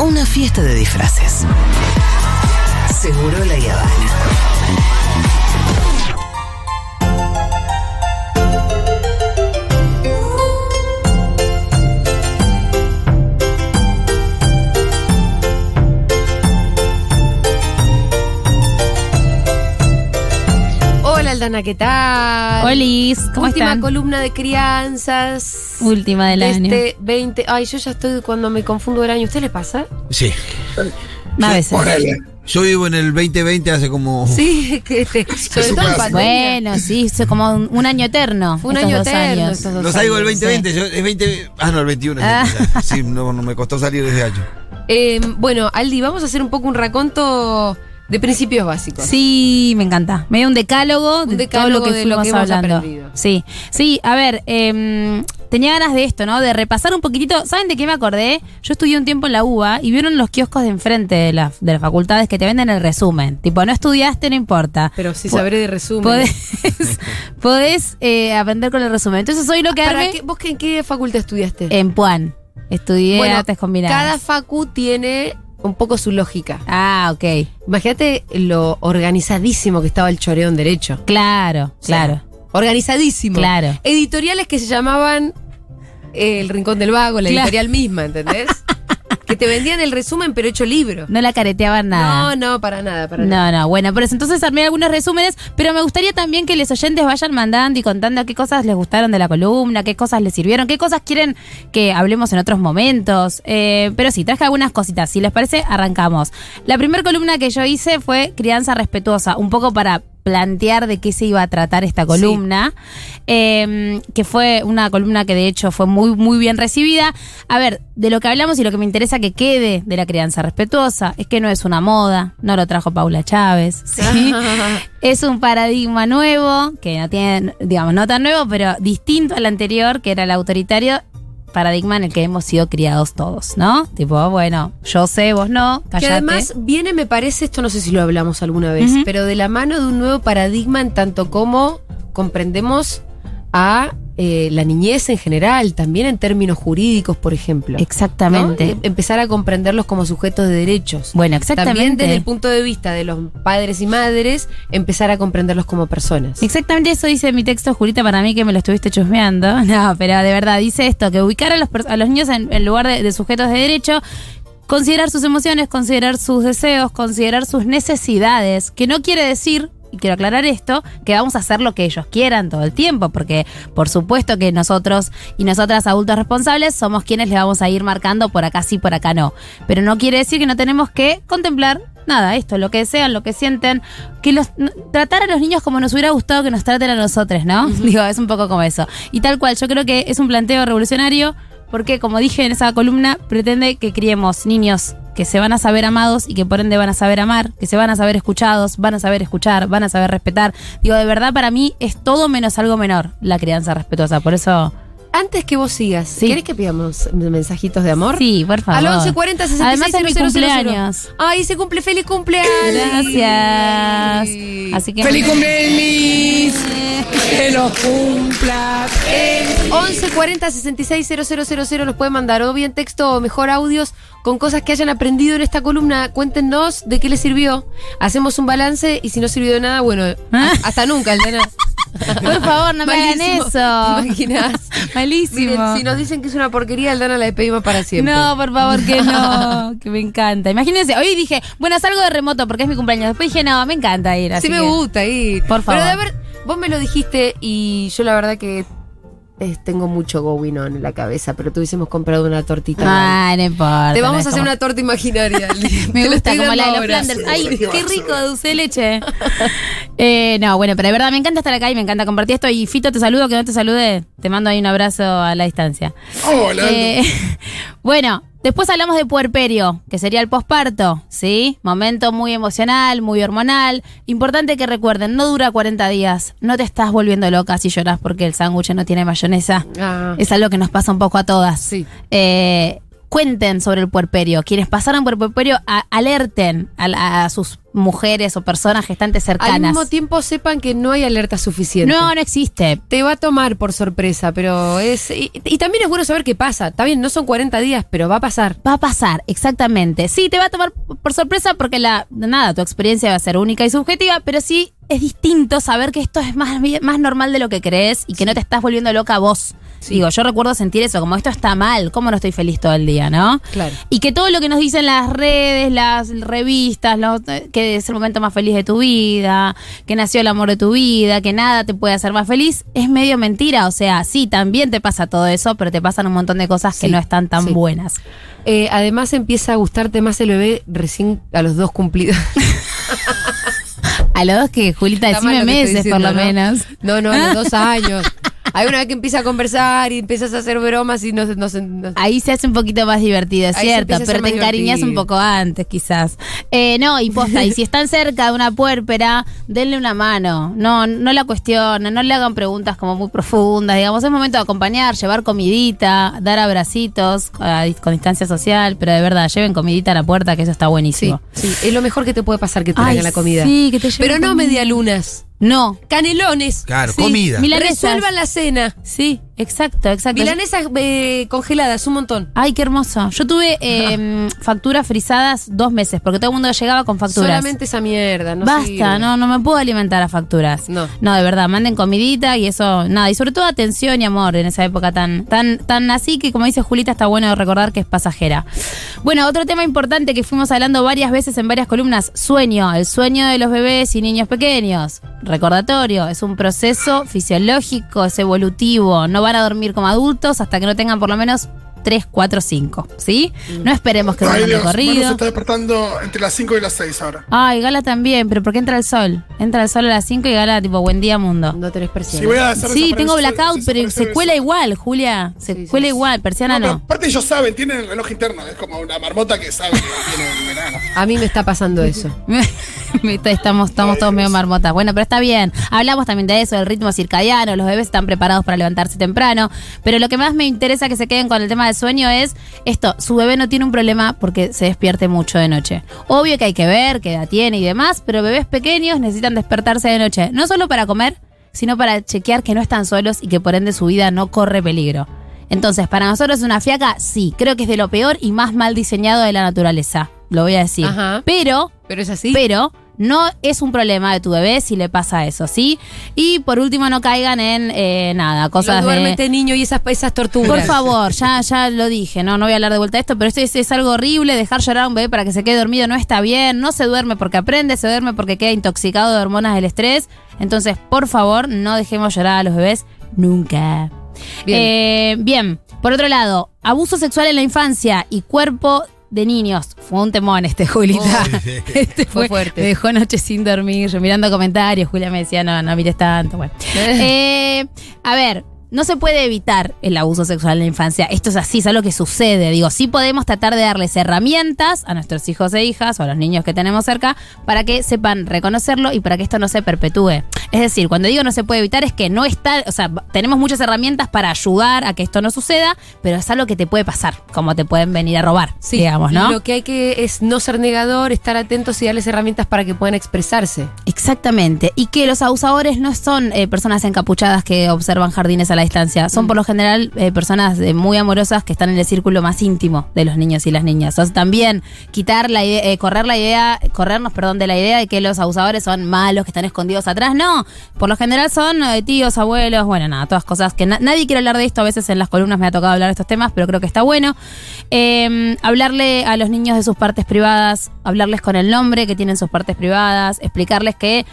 una fiesta de disfraces. Seguro la Habana. Hola Aldana, ¿qué tal? Olis, ¿cómo Última están? columna de crianzas. Última del de año. Este 20. Ay, yo ya estoy cuando me confundo el año. ¿Usted le pasa? Sí. A veces. Yo vivo en el 2020 hace como. Sí, que te- sobre todo en pasa. pandemia. Bueno, sí, es como un, un año eterno. Fue un estos año dos eterno. años. estos dos No salgo del años. 2020, yo, es 20. Ah, no, el 21. es Ah. el que sale. Sí, no, no me costó salir desde año. Eh, bueno, Aldi, vamos a hacer un poco un raconto de principios básicos. Sí, me encanta. Me dio un decálogo de decálogo todo lo que de lo fuimos que hemos hablando. aprendido. Sí, sí, a ver, em, tenía ganas de esto, ¿no? De repasar un poquitito. ¿Saben de qué me acordé? Yo estudié un tiempo en la UBA y vieron los kioscos de enfrente de, la- de las facultades que te venden el resumen. Tipo, no estudiaste, no importa. Pero sí sabré de resumen. Podés, podés eh, aprender con el resumen. Entonces hoy lo que ¿Para haré qué- ¿Vos qué- en qué facultad estudiaste? en Puan. Estudié Bueno, Eh, artes combinadas. Cada facu tiene un poco su lógica. Ah, ok. Imagínate lo organizadísimo que estaba el choreo en derecho. Claro, claro. Organizadísimo. Claro. Editoriales que se llamaban eh, El Rincón del Vago, la Claro. editorial misma, ¿entendés? que te vendían el resumen, pero hecho libro. No la careteaban No, nada. no, para nada, para nada. No, no, bueno, por eso entonces armé algunos resúmenes, pero me gustaría también que los oyentes vayan mandando y contando qué cosas les gustaron de la columna, qué cosas les sirvieron, qué cosas quieren que hablemos en otros momentos. Eh, pero sí, traje algunas cositas, si les parece, arrancamos. La primera columna que yo hice fue Crianza Respetuosa, un poco para plantear de qué se iba a tratar esta columna, eh, que fue una columna que de hecho fue muy, muy bien recibida. A ver, de lo que hablamos y lo que me interesa que quede de la crianza respetuosa es que no es una moda, no lo trajo Paula Chávez, ¿sí? es un paradigma nuevo, que no tiene, digamos, no tan nuevo, pero distinto al anterior, que era el autoritario paradigma en el que hemos sido criados todos, ¿no? Tipo, bueno, yo sé, vos no, Que callate. además viene, me parece, esto no sé si lo hablamos alguna vez, Ujú. pero de la mano de un nuevo paradigma en tanto como comprendemos a eh, la niñez en general, también en términos jurídicos, por ejemplo. ¿no? exactamente. Em- Empezar a comprenderlos como sujetos de derechos. Bueno, También desde exactamente. el punto de vista de los padres y madres, empezar a comprenderlos como personas. Exactamente eso dice mi texto, Julita, para mí que me lo estuviste chusmeando. No, pero de verdad, dice esto, que ubicar a los, pers- a los niños en, en lugar de, de sujetos de derecho, considerar sus emociones, considerar sus deseos, considerar sus necesidades, que no quiere decir... Y quiero aclarar esto, que vamos a hacer lo que ellos quieran todo el tiempo, porque por supuesto que nosotros y nosotras adultos responsables somos quienes le vamos a ir marcando por acá sí, por acá no. Pero no quiere decir que no tenemos que contemplar nada, esto, lo que desean, lo que sienten, que los n- tratar a los niños como nos hubiera gustado que nos traten a nosotros, ¿no? Digo, es un poco como eso. Y tal cual, yo creo que es un planteo revolucionario porque, como dije en esa columna, pretende que criemos niños que se van a saber amados y que por ende van a saber amar, que se van a saber escuchados, van a saber escuchar, van a saber respetar. Digo, de verdad para mí es todo menos algo menor la crianza respetuosa, por eso... Antes que vos sigas, Sí. ¿querés que pidamos mensajitos de amor? Sí, por favor. Al 1140 Además es mi 66 cumpleaños. Ay, se cumple, feliz cumpleaños. Gracias. Así que... ¡Feliz cumpleaños! ¡Que lo cumpla! 1140 000 nos pueden mandar o bien texto o mejor audios con cosas que hayan aprendido en esta columna. Cuéntenos de qué les sirvió. Hacemos un balance y si no sirvió de nada, bueno, Ah. a- hasta nunca, Aldana. Por favor, no me hagan Malísimo, eso. ¿te imaginas? Malísimo. Miren, si nos dicen que es una porquería, Aldana la despedimos para siempre. No, por favor, que no, que me encanta. Imagínense, hoy dije, bueno, salgo de remoto porque es mi cumpleaños. Después dije, no, me encanta ir. Así sí me que- gusta ir. Por favor. Pero de ver, vos me lo dijiste y yo la verdad que eh, tengo mucho going on en la cabeza, pero tuviésemos comprado una tortita. Aldana. Ah, no importa. Te no vamos es a hacer como- una torta imaginaria. Aldi. Te Me la gusta estoy como la de dando los ahora. Flanders. Ay, qué rico, dulce de leche. Eh, no, bueno, pero de verdad me encanta estar acá y me encanta compartir esto. Y Fito, te saludo, que no te salude. Te mando ahí un abrazo a la distancia. ¡Hola! Eh, bueno, después hablamos de puerperio, que sería el posparto, ¿sí? Momento muy emocional, muy hormonal. Importante que recuerden, no dura 40 días. No te estás volviendo loca si lloras porque el sándwich no tiene mayonesa. Ah. Es algo que nos pasa un poco a todas. Sí. Eh, cuenten sobre el puerperio. Quienes pasaron por puerperio, a- alerten a, la- a sus mujeres o personas gestantes cercanas. Al mismo tiempo sepan que no hay alerta suficiente. no, no existe. Te va a tomar por sorpresa, pero es. Y, y también es bueno saber qué pasa. Está bien, no son 40 días, pero va a pasar. Va a pasar, exactamente. Sí, te va a tomar por sorpresa porque la nada, tu experiencia va a ser única y subjetiva, pero sí es distinto saber que esto es más, bien- más normal de lo que crees y que no te estás volviendo loca vos. Digo, yo recuerdo sentir eso, como esto está mal, cómo no estoy feliz todo el día, ¿no? Claro. Y que todo lo que nos dicen las redes, las revistas, los- eh, que es el momento más feliz de tu vida, que nació el amor de tu vida, que nada te puede hacer más feliz, es medio mentira. O sea, sí, también te pasa todo eso, pero te pasan un montón de cosas que Sí, no están tan sí. buenas. Eh, además empieza a gustarte más el bebé recién a los dos cumplidos. A los dos que, Julita, Está mal decime lo que estoy meses por lo diciendo, ¿no? menos. No, no, a los dos años. Hay una vez que empieza a conversar y empiezas a hacer bromas y no... no, no- Ahí se hace un poquito más divertido, es Ahí se cierto, empieza a pero ser te más encariñas un divertido. poco antes, quizás. Eh, no, y posta, y si están cerca de una puérpera, denle una mano. No, no la cuestionen, no le hagan preguntas como muy profundas. Digamos, es momento de acompañar, llevar comidita, dar abracitos a- con distancia social, pero de verdad, lleven comidita a la puerta, que eso está sí, buenísimo. sí, es lo mejor que te puede pasar que te Ay, traigan la comida. sí, que te lleven Pero no comida. medialunas, No. canelones. Claro, Sí, comida. mil- Milanesas. Resuelvan la cena. Sí, exacto, exacto. Milanesas eh, congeladas, un montón. Ay, qué hermoso. Yo tuve eh, facturas frisadas dos meses, porque todo el mundo llegaba con facturas. Solamente esa mierda, no Basta, sirve. no, no me puedo alimentar a facturas. No. de verdad, manden comidita y eso, nada. Y sobre todo atención y amor en esa época tan, tan, tan así que como dice Julita, está bueno recordar que es pasajera. Bueno, otro tema importante que fuimos hablando varias veces en varias columnas, sueño, el sueño de los bebés y niños pequeños. Recordatorio, es un proceso fisiológico, es evolutivo. No van a dormir como adultos hasta que no tengan por lo menos 3, 4, 5, ¿sí? Mm. No esperemos que Ay, vayan de Dios, Manu se corrido. está despertando entre las 5 y las 6 ahora. Ay, Gala también, pero porque entra el sol. Entra el sol a las 5 y Gala, tipo, buen día mundo. No tenés Si persiana. voy a hacer Sí, desaparecer- tengo blackout, desaparecer pero se Ah, eso. cuela igual, Julia. Se Sí, sí, cuela sí. igual, persiana No, pero no. Aparte ellos saben, tienen el reloj interno, es como una marmota que sabe que viene el verano. A mí me está pasando eso. Viste, estamos, estamos todos medio marmotas. Bueno, pero está bien. Hablamos también de eso, del ritmo circadiano. Los bebés están preparados para levantarse temprano. Pero lo que más me interesa que se queden con el tema del sueño es esto: su bebé no tiene un problema porque se despierte mucho de noche. Obvio que hay que ver qué edad tiene y demás, pero bebés pequeños necesitan despertarse de noche. No solo para comer, sino para chequear que no están solos y que por ende su vida no corre peligro. Entonces, para nosotros una fiaca, sí, creo que es de lo peor y más mal diseñado de la naturaleza. Lo voy a decir. Ajá. Pero Pero es así. pero no es un problema de tu bebé si le pasa eso, ¿sí? Y por último, no caigan en eh, nada, Lo cosas duérmete, de. niño, y esas, esas tortugas. Por favor, ya, ya lo dije, no, no voy a hablar de vuelta de esto, pero esto es, es algo horrible, dejar llorar a un bebé para que se quede dormido no está bien, no se duerme porque aprende, se duerme porque queda intoxicado de hormonas del estrés. Entonces, por favor, no dejemos llorar a los bebés nunca. Bien. Eh, bien, por otro lado, abuso sexual en la infancia y cuerpo de niños. Fue un temón este, Julita. Este Fue fuerte. Me dejó noche sin dormir, yo mirando comentarios. Julia me decía, no, no mires tanto. Bueno. Eh, a ver. No se puede evitar el abuso sexual en la infancia. Esto es así, es algo que sucede. Digo, sí podemos tratar de darles herramientas a nuestros hijos e hijas o a los niños que tenemos cerca para que sepan reconocerlo y para que esto no se perpetúe. Es decir, cuando digo no se puede evitar es que no está, o sea, tenemos muchas herramientas para ayudar a que esto no suceda, pero es algo que te puede pasar, como te pueden venir a robar, Sí, digamos, ¿no? Lo que hay que es no ser negador, estar atentos y darles herramientas para que puedan expresarse. Exactamente. Y que los abusadores no son eh, personas encapuchadas que observan jardines a la distancia. Son por lo general eh, personas eh, muy amorosas que están en el círculo más íntimo de los niños y las niñas. O sea, también quitar la idea, eh, correr la idea, corrernos, perdón, de la idea de que los abusadores son malos, que están escondidos atrás. No. Por lo general son eh, tíos, abuelos, bueno, nada, todas cosas que na- nadie quiere hablar de esto. A veces en las columnas me ha tocado hablar de estos temas, pero creo que está bueno. Eh, hablarle a los niños de sus partes privadas, hablarles con el nombre que tienen sus partes privadas, explicarles que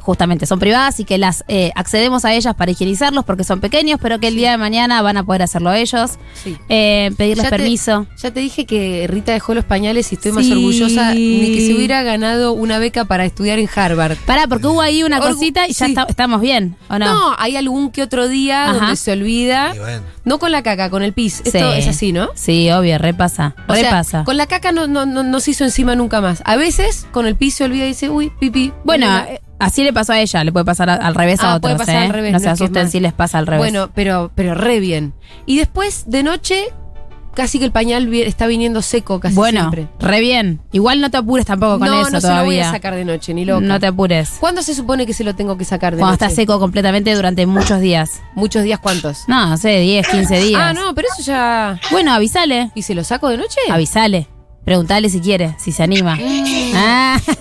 justamente son privadas y que las eh, accedemos a ellas para higienizarlos porque son pequeños, pero que el día de mañana van a poder hacerlo ellos. Sí. Eh, pedirles Ya te- permiso. Ya te dije que Rita dejó los pañales y estoy más Sí. orgullosa de que se hubiera ganado una beca para estudiar en Harvard. Pará, porque hubo ahí una Orgu- cosita y ya sí. está- estamos bien, ¿o no? No, hay algún que otro día Ajá. donde se olvida. Y bueno. No con la caca, con el pis. Esto Sí. es así, ¿no? Sí, obvio, repasa, O sea, repasa. con la caca no, no, no, no se hizo encima nunca más. A veces con el pis se olvida y dice, uy, pipí. bueno, eh, así le pasó a ella, le puede pasar a- al revés a Ah, otros, puede pasar ¿eh? al revés, no no se es que es asusten más. si les pasa al revés. Bueno, pero, pero re bien. Y después de noche, casi que el pañal vi- está viniendo seco casi Bueno, siempre. re bien. Igual no te apures tampoco con no, eso no se lo voy todavía. a sacar de noche, ni loca. no te apures. ¿Cuándo se supone que se lo tengo que sacar de Cuando noche? está seco completamente durante muchos días. ¿Muchos días cuántos? No, no sé, 10, 15 días. Ah, no, pero eso ya... Bueno, avísale. ¿Y se lo saco de noche? Avísale. Preguntale si quiere, si se anima.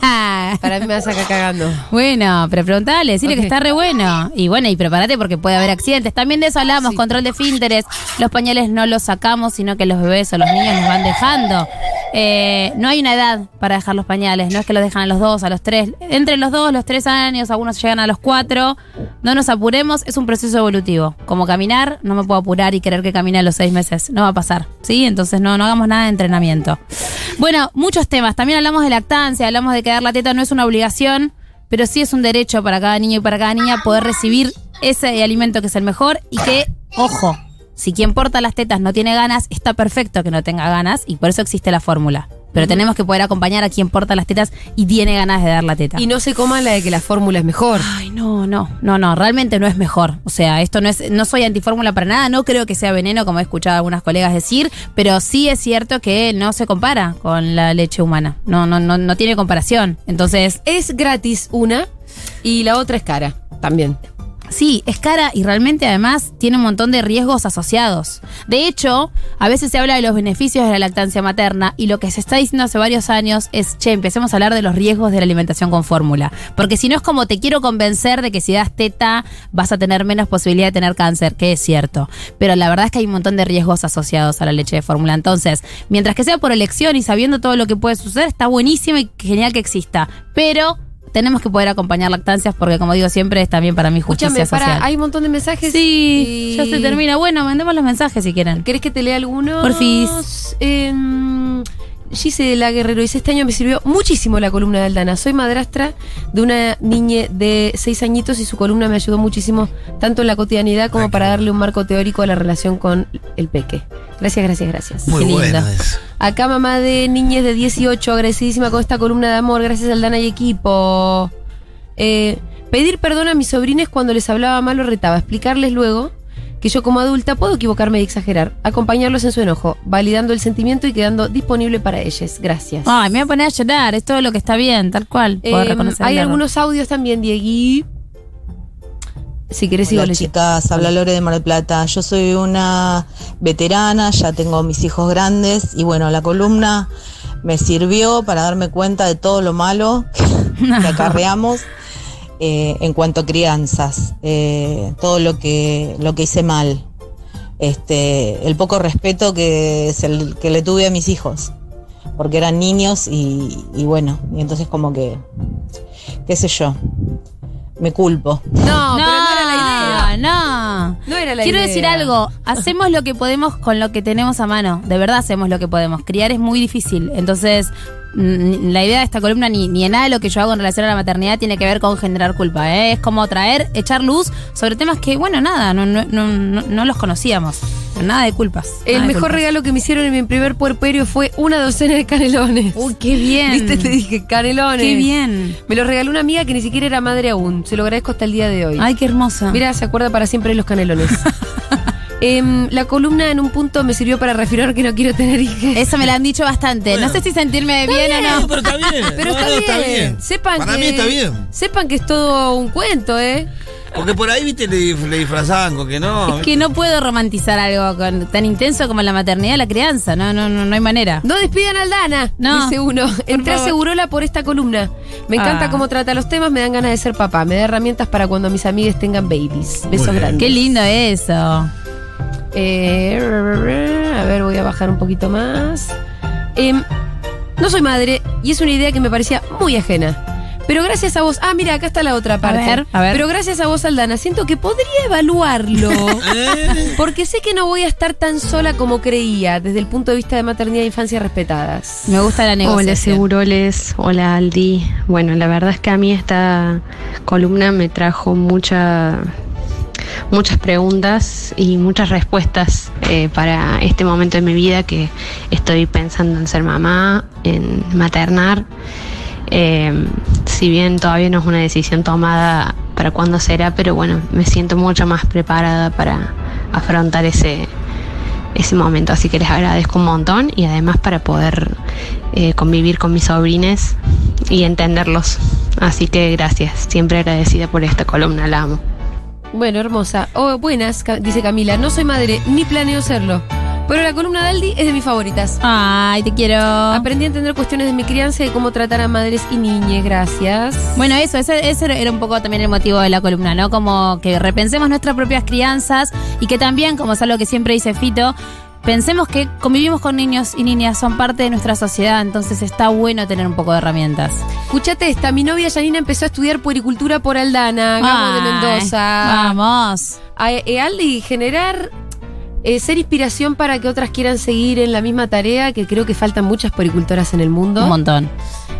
Ah, Para mí me vas a sacar cagando. Bueno, pero preguntale, decirle Ok. que está re bueno. Y bueno, y prepárate porque puede haber accidentes. También de eso hablamos, Sí. control de finteres. Los pañales no los sacamos, sino que los bebés o los niños los van dejando. Eh, no hay una edad para dejar los pañales, no es que los dejan a los dos, a los tres. Entre los dos, los tres años, algunos llegan a los cuatro. No nos apuremos, es un proceso evolutivo. Como caminar, no me puedo apurar y querer que camine a los seis meses. No va a pasar, ¿sí? Entonces no, no hagamos nada de entrenamiento. Bueno, muchos temas. También hablamos de lactancia, hablamos de que dar la teta no es una obligación pero sí es un derecho para cada niño y para cada niña poder recibir ese alimento que es el mejor y que, ojo, si quien porta las tetas no tiene ganas, está perfecto que no tenga ganas y por eso existe la fórmula. Pero tenemos que poder acompañar a quien porta las tetas y tiene ganas de dar la teta. Y no se coman la de que la fórmula es mejor. Ay, no, no, no, no, realmente no es mejor. O sea, esto no es, no soy antifórmula para nada, no creo que sea veneno, como he escuchado a algunas colegas decir, pero sí es cierto que no se compara con la leche humana. No, no, no, no tiene comparación. Entonces, Es gratis una y la otra es cara también. Sí, es cara y realmente además tiene un montón de riesgos asociados. De hecho, a veces se habla de los beneficios de la lactancia materna y lo que se está diciendo hace varios años es, che, empecemos a hablar de los riesgos de la alimentación con fórmula. Porque si no es como te quiero convencer de que si das teta vas a tener menos posibilidad de tener cáncer, que es cierto. Pero la verdad es que hay un montón de riesgos asociados a la leche de fórmula. Entonces, mientras que sea por elección y sabiendo todo lo que puede suceder, está buenísimo y genial que exista. Pero... Tenemos que poder acompañar lactancias porque, como digo siempre, es también para mí justicia Escúchame, social. para, hay un montón de mensajes. Sí, y- ya se termina. Bueno, mandemos los mensajes si quieren. ¿Querés que te lea alguno? Porfis. Em, Gise de la Guerrero dice, este año me sirvió muchísimo la columna de Aldana. Soy madrastra de una niña de seis añitos y su columna me ayudó muchísimo, tanto en la cotidianidad como para darle un marco teórico a la relación con el peque. Gracias, gracias, gracias. Muy Qué lindo. bueno eso. Acá mamá de niñez de 18, agradecidísima con esta columna de amor, gracias al Dana y equipo. Eh, pedir perdón a mis sobrines cuando les hablaba mal o retaba, explicarles luego que yo como adulta puedo equivocarme y exagerar, acompañarlos en su enojo, validando el sentimiento y quedando disponible para ellos. Gracias. Ay, me voy a poner a llorar. Es todo lo que está bien, tal cual. Poder Eh, reconocer hay el error. algunos audios también, Diegui. Si querés, sigo Hola leyendo. chicas, habla Lore de Mar del Plata. Yo soy una veterana, ya tengo mis hijos grandes y bueno, la columna me sirvió para darme cuenta de todo lo malo que acarreamos eh, en cuanto a crianzas, eh, todo lo que, lo que hice mal, este, el poco respeto que, se- que le tuve a mis hijos, porque eran niños y, y bueno, y entonces como que, qué sé yo, me culpo. No, No, pero no era la idea. no. No era la Quiero idea. decir algo, hacemos lo que podemos con lo que tenemos a mano, de verdad hacemos lo que podemos, criar es muy difícil, entonces mm, la idea de esta columna ni, ni en nada de lo que yo hago en relación a la maternidad tiene que ver con generar culpa, ¿eh? es como traer, echar luz sobre temas que, bueno, nada, no, no, no, no- no los conocíamos, nada de culpas. El nada de mejor culpas. regalo que me hicieron en mi primer puerperio fue una docena de canelones. Uy, qué bien. ¿Viste? Te dije, canelones. Qué bien. Me lo regaló una amiga que ni siquiera era madre aún. Se lo agradezco hasta el día de hoy. Ay, qué hermosa. Mira, se acuerda para siempre de los canelones. Em, la columna en un punto me sirvió para reafirmar que no quiero tener hijos. Eso me lo han dicho bastante. No sé si sentirme bien, o no. pero está bien. Pero está, No, bien. Sepan Para que, mí está bien. Sepan que es todo un cuento, ¿eh? Porque por ahí, viste, le, dif- le disfrazaban con que no. Es que no puedo romantizar algo con- tan intenso como la maternidad, la crianza. No, no, no, no hay manera. No despidan a Aldana, No. dice uno. Entré a favor. Segurola por esta columna. Me encanta Ah. cómo trata los temas, me dan ganas de ser papá. Me da herramientas para cuando mis amigues tengan babies. Besos bien. grandes. Qué lindo eso. Eh, a ver, voy a bajar un poquito más. Em, no soy madre y es una idea que me parecía muy ajena. Pero gracias a vos. Ah, mira, acá está la otra parte. ver, a ver. Pero gracias a vos, Aldana, siento que podría evaluarlo. ¿eh? porque sé que no voy a estar tan sola como creía, desde el punto de vista de maternidad e infancia respetadas. Me gusta la negociación. Hola Seguroles, hola Aldi. Bueno, la verdad es que a mí esta columna me trajo mucha, muchas preguntas y muchas respuestas eh, para este momento de mi vida que estoy pensando en ser mamá, en maternar. Eh, si bien todavía no es una decisión tomada para cuándo será, pero bueno, me siento mucho más preparada para afrontar ese, ese momento. Así que les agradezco un montón y además para poder eh, convivir con mis sobrines y entenderlos. Así que gracias, siempre agradecida por esta columna, la amo. Bueno, hermosa. Oh, buenas, Ca- dice Camila. No soy madre, ni planeo serlo. Pero la columna de Aldi es de mis favoritas. Ay, te quiero. Aprendí a entender cuestiones de mi crianza y cómo tratar a madres y niñas. Gracias. Bueno, eso, ese, ese era un poco también el motivo de la columna, ¿no? Como que repensemos nuestras propias crianzas y que también, como es algo que siempre dice Fito, pensemos que convivimos con niños y niñas, son parte de nuestra sociedad, entonces está bueno tener un poco de herramientas. Escuchate esta. Mi novia Janina empezó a estudiar puericultura por Aldana, Gabo de Ay, Ah. Mendoza. Vamos. A- eh, Aldi, generar, eh, ser inspiración para que otras quieran seguir en la misma tarea, que creo que faltan muchas puericultoras en el Un mundo. montón.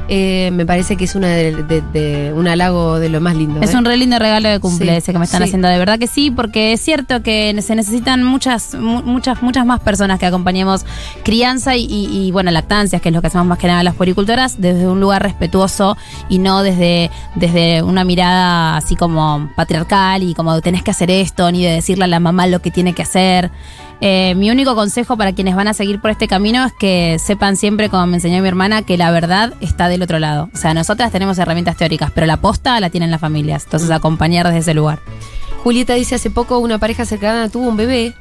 Eh, me parece que es una de, de- de- un halago de lo más lindo. Es ¿eh? un re lindo regalo de cumple Sí, ese que me están sí. haciendo, de verdad que sí, porque es cierto que se necesitan muchas, mu- muchas, muchas más personas que acompañemos crianza y, y- y, bueno, lactancias, que es lo que hacemos más que nada las puericultoras, desde un lugar respetuoso y no desde, desde una mirada así como patriarcal y como tenés que hacer esto, ni de decirle a la mamá lo que tiene que hacer. Eh, mi único consejo para quienes van a seguir por este camino es que sepan siempre, como me enseñó mi hermana, que la verdad está del otro lado. O sea, nosotras tenemos herramientas teóricas, pero la posta la tienen las familias. Entonces, acompañar desde ese lugar. Julieta dice, hace poco una pareja cercana tuvo un bebé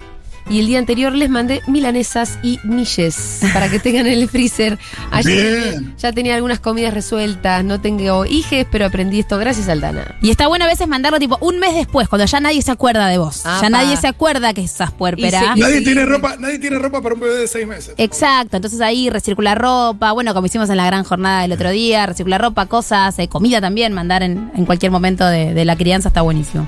y el día anterior les mandé milanesas y milles para que tengan en el freezer. Ayer Bien. ya tenía algunas comidas resueltas, no tengo hijes, pero aprendí esto gracias Aldana. Y está bueno a veces mandarlo tipo un mes después, cuando ya nadie se acuerda de vos. Apa. Ya nadie se acuerda que estás puerpera. Y se- Nadie sí. tiene ropa, nadie tiene ropa para un bebé de seis meses. Exacto, entonces ahí recircular ropa, bueno, como hicimos en la gran jornada del otro día, recircular ropa, cosas, eh, comida también, mandar en, en cualquier momento de, de la crianza está buenísimo.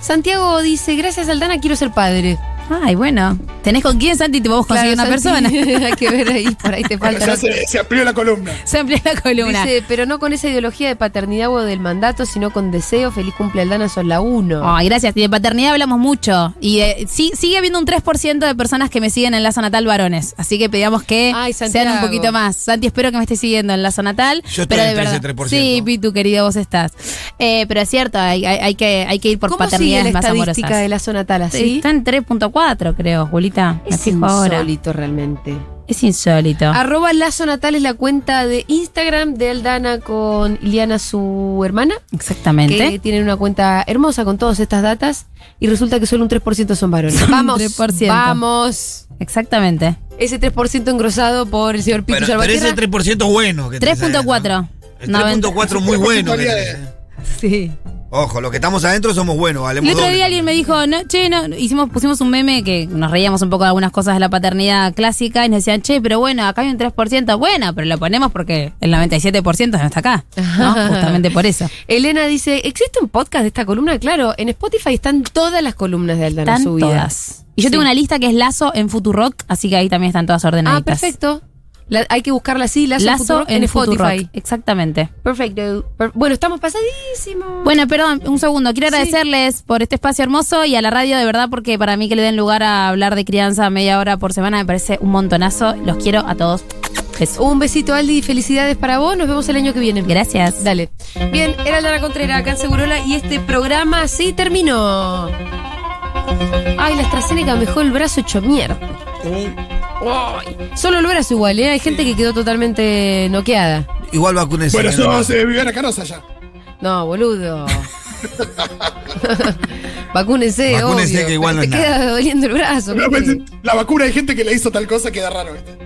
Santiago dice, gracias Aldana, quiero ser padre. Ay, bueno, tenés con quién, Santi, te vos conseguir Claro, una Santi, persona. Hay que ver ahí, por ahí te falta. Ya ¿no? se, se amplió la columna. Se amplió la columna. Dice, pero no con esa ideología de paternidad o del mandato, sino con deseo. Feliz cumple Aldana, sos la uno. Ay, gracias. Y de paternidad hablamos mucho. Y eh, sí, sigue habiendo un 3% de personas que me siguen en Lazo Natal varones. Así que pedíamos que Ay, sean Santiago. un poquito más. Santi, espero que me estés siguiendo en Lazo Natal. Yo estoy pero de entre ese verdad. 3%. Sí, Pitu, querido, vos estás. Eh, pero es cierto, hay, hay- hay que, hay que ir por ¿Cómo sigue paternidades la más estadística amorosas. de la zona tal así? Está en 3.4, creo, Julita. Me Es fijo ahora. insólito realmente. Es insólito. Arroba Lazo Natal es la cuenta de Instagram de Aldana con Iliana, su hermana, que Exactamente. tienen una cuenta hermosa con todas estas datas y resulta que solo un 3% son varones. Son un vamos, 3%. vamos. Exactamente. Ese 3% engrosado por el señor Pitu Pero, pero ese Salvatierra. 3% bueno. que tenés 3.4. adentro. El 3.4 muy bueno. que tenés, eh. Sí. Ojo, los que estamos adentro somos buenos, valemos El otro doble. día alguien me dijo, no, che, no, hicimos, pusimos un meme que nos reíamos un poco de algunas cosas de la paternidad clásica y nos decían, che, pero bueno, acá hay un 3%, bueno, pero lo ponemos porque el 97% no está acá, ¿no? Justamente por eso. Elena dice, ¿existe un podcast de esta columna? Claro, en Spotify están todas las columnas de Aldana Están subidas. todas. Y yo Sí. tengo una lista que es Lazo en Futurock, así que ahí también están todas ordenadas. Ah, perfecto. La- hay que buscarla así, Lazo, Lazo Futurock en, en Futurock, Spotify. exactamente. Perfecto. Per- bueno, estamos pasadísimos. Bueno, perdón, un segundo. Quiero Sí. agradecerles por este espacio hermoso y a la radio, de verdad, porque para mí que le den lugar a hablar de crianza media hora por semana me parece un montonazo. Los quiero a todos. Besos. Un besito, Aldi, y felicidades para vos. Nos vemos el año que viene. Gracias. Dale. Bien, era Aldana Contreras, acá en Segurola, y este programa sí terminó. Ay, la AstraZeneca me dejó el brazo hecho mierda. Ay, Solo el brazo igual, ¿eh? Hay gente que quedó totalmente noqueada. Igual vacúnense. Bueno, que no eso pasa. se vivió en Canosa ya. No, boludo. Vacúnense, Vacúnense, obvio. que igual no Te es queda doliendo el brazo. Una ¿qué vez- crees? La vacuna hay gente que le hizo tal cosa que da raro. ¿viste?